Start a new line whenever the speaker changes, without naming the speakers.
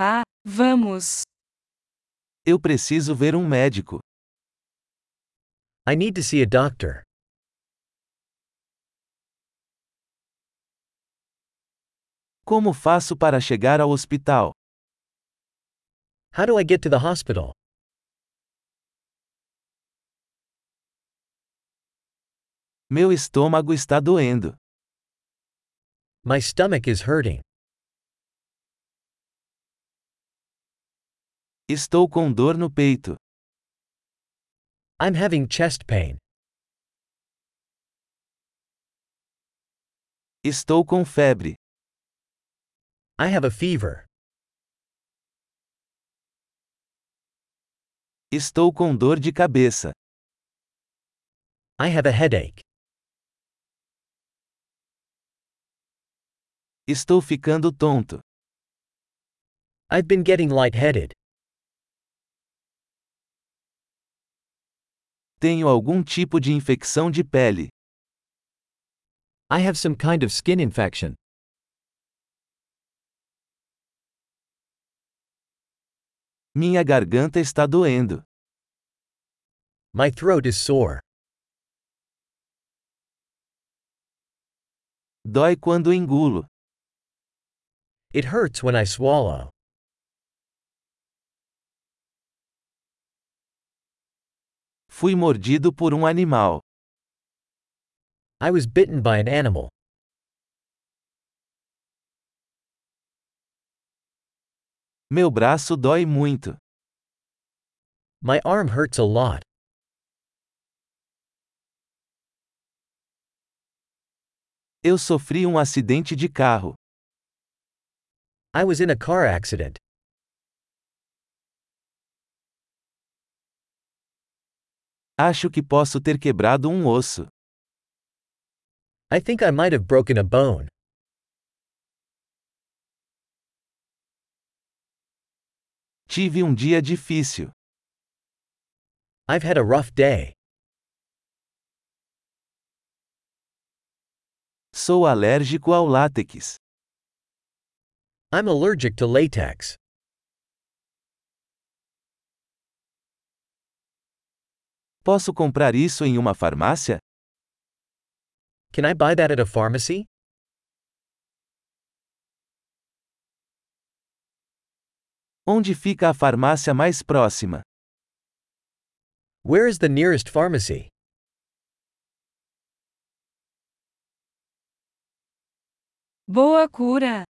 Ah, vamos.
Eu preciso ver um médico.
I need to see a doctor.
Como faço para chegar ao hospital?
How do I get to the hospital?
Meu estômago está doendo.
My stomach is hurting.
Estou com dor no peito.
I'm having chest pain.
Estou com febre.
I have a fever.
Estou com dor de cabeça.
I have a headache.
Estou ficando tonto.
I've been getting lightheaded.
Tenho algum tipo de infecção de pele.
I have some kind of skin infection.
Minha garganta está doendo.
My throat is sore.
Dói quando engulo.
It hurts when I swallow.
Fui mordido por um animal.
I was bitten by an animal.
Meu braço dói muito.
My arm hurts a lot.
Eu sofri um acidente de carro.
I was in a car accident.
Acho que posso ter quebrado um osso.
I think I might have broken a bone.
Tive um dia difícil.
I've had a rough day.
Sou alérgico ao látex.
I'm allergic to latex.
Posso comprar isso em uma farmácia?
Can I buy that at a pharmacy?
Onde fica a farmácia mais próxima?
Where is the nearest pharmacy?
Boa cura!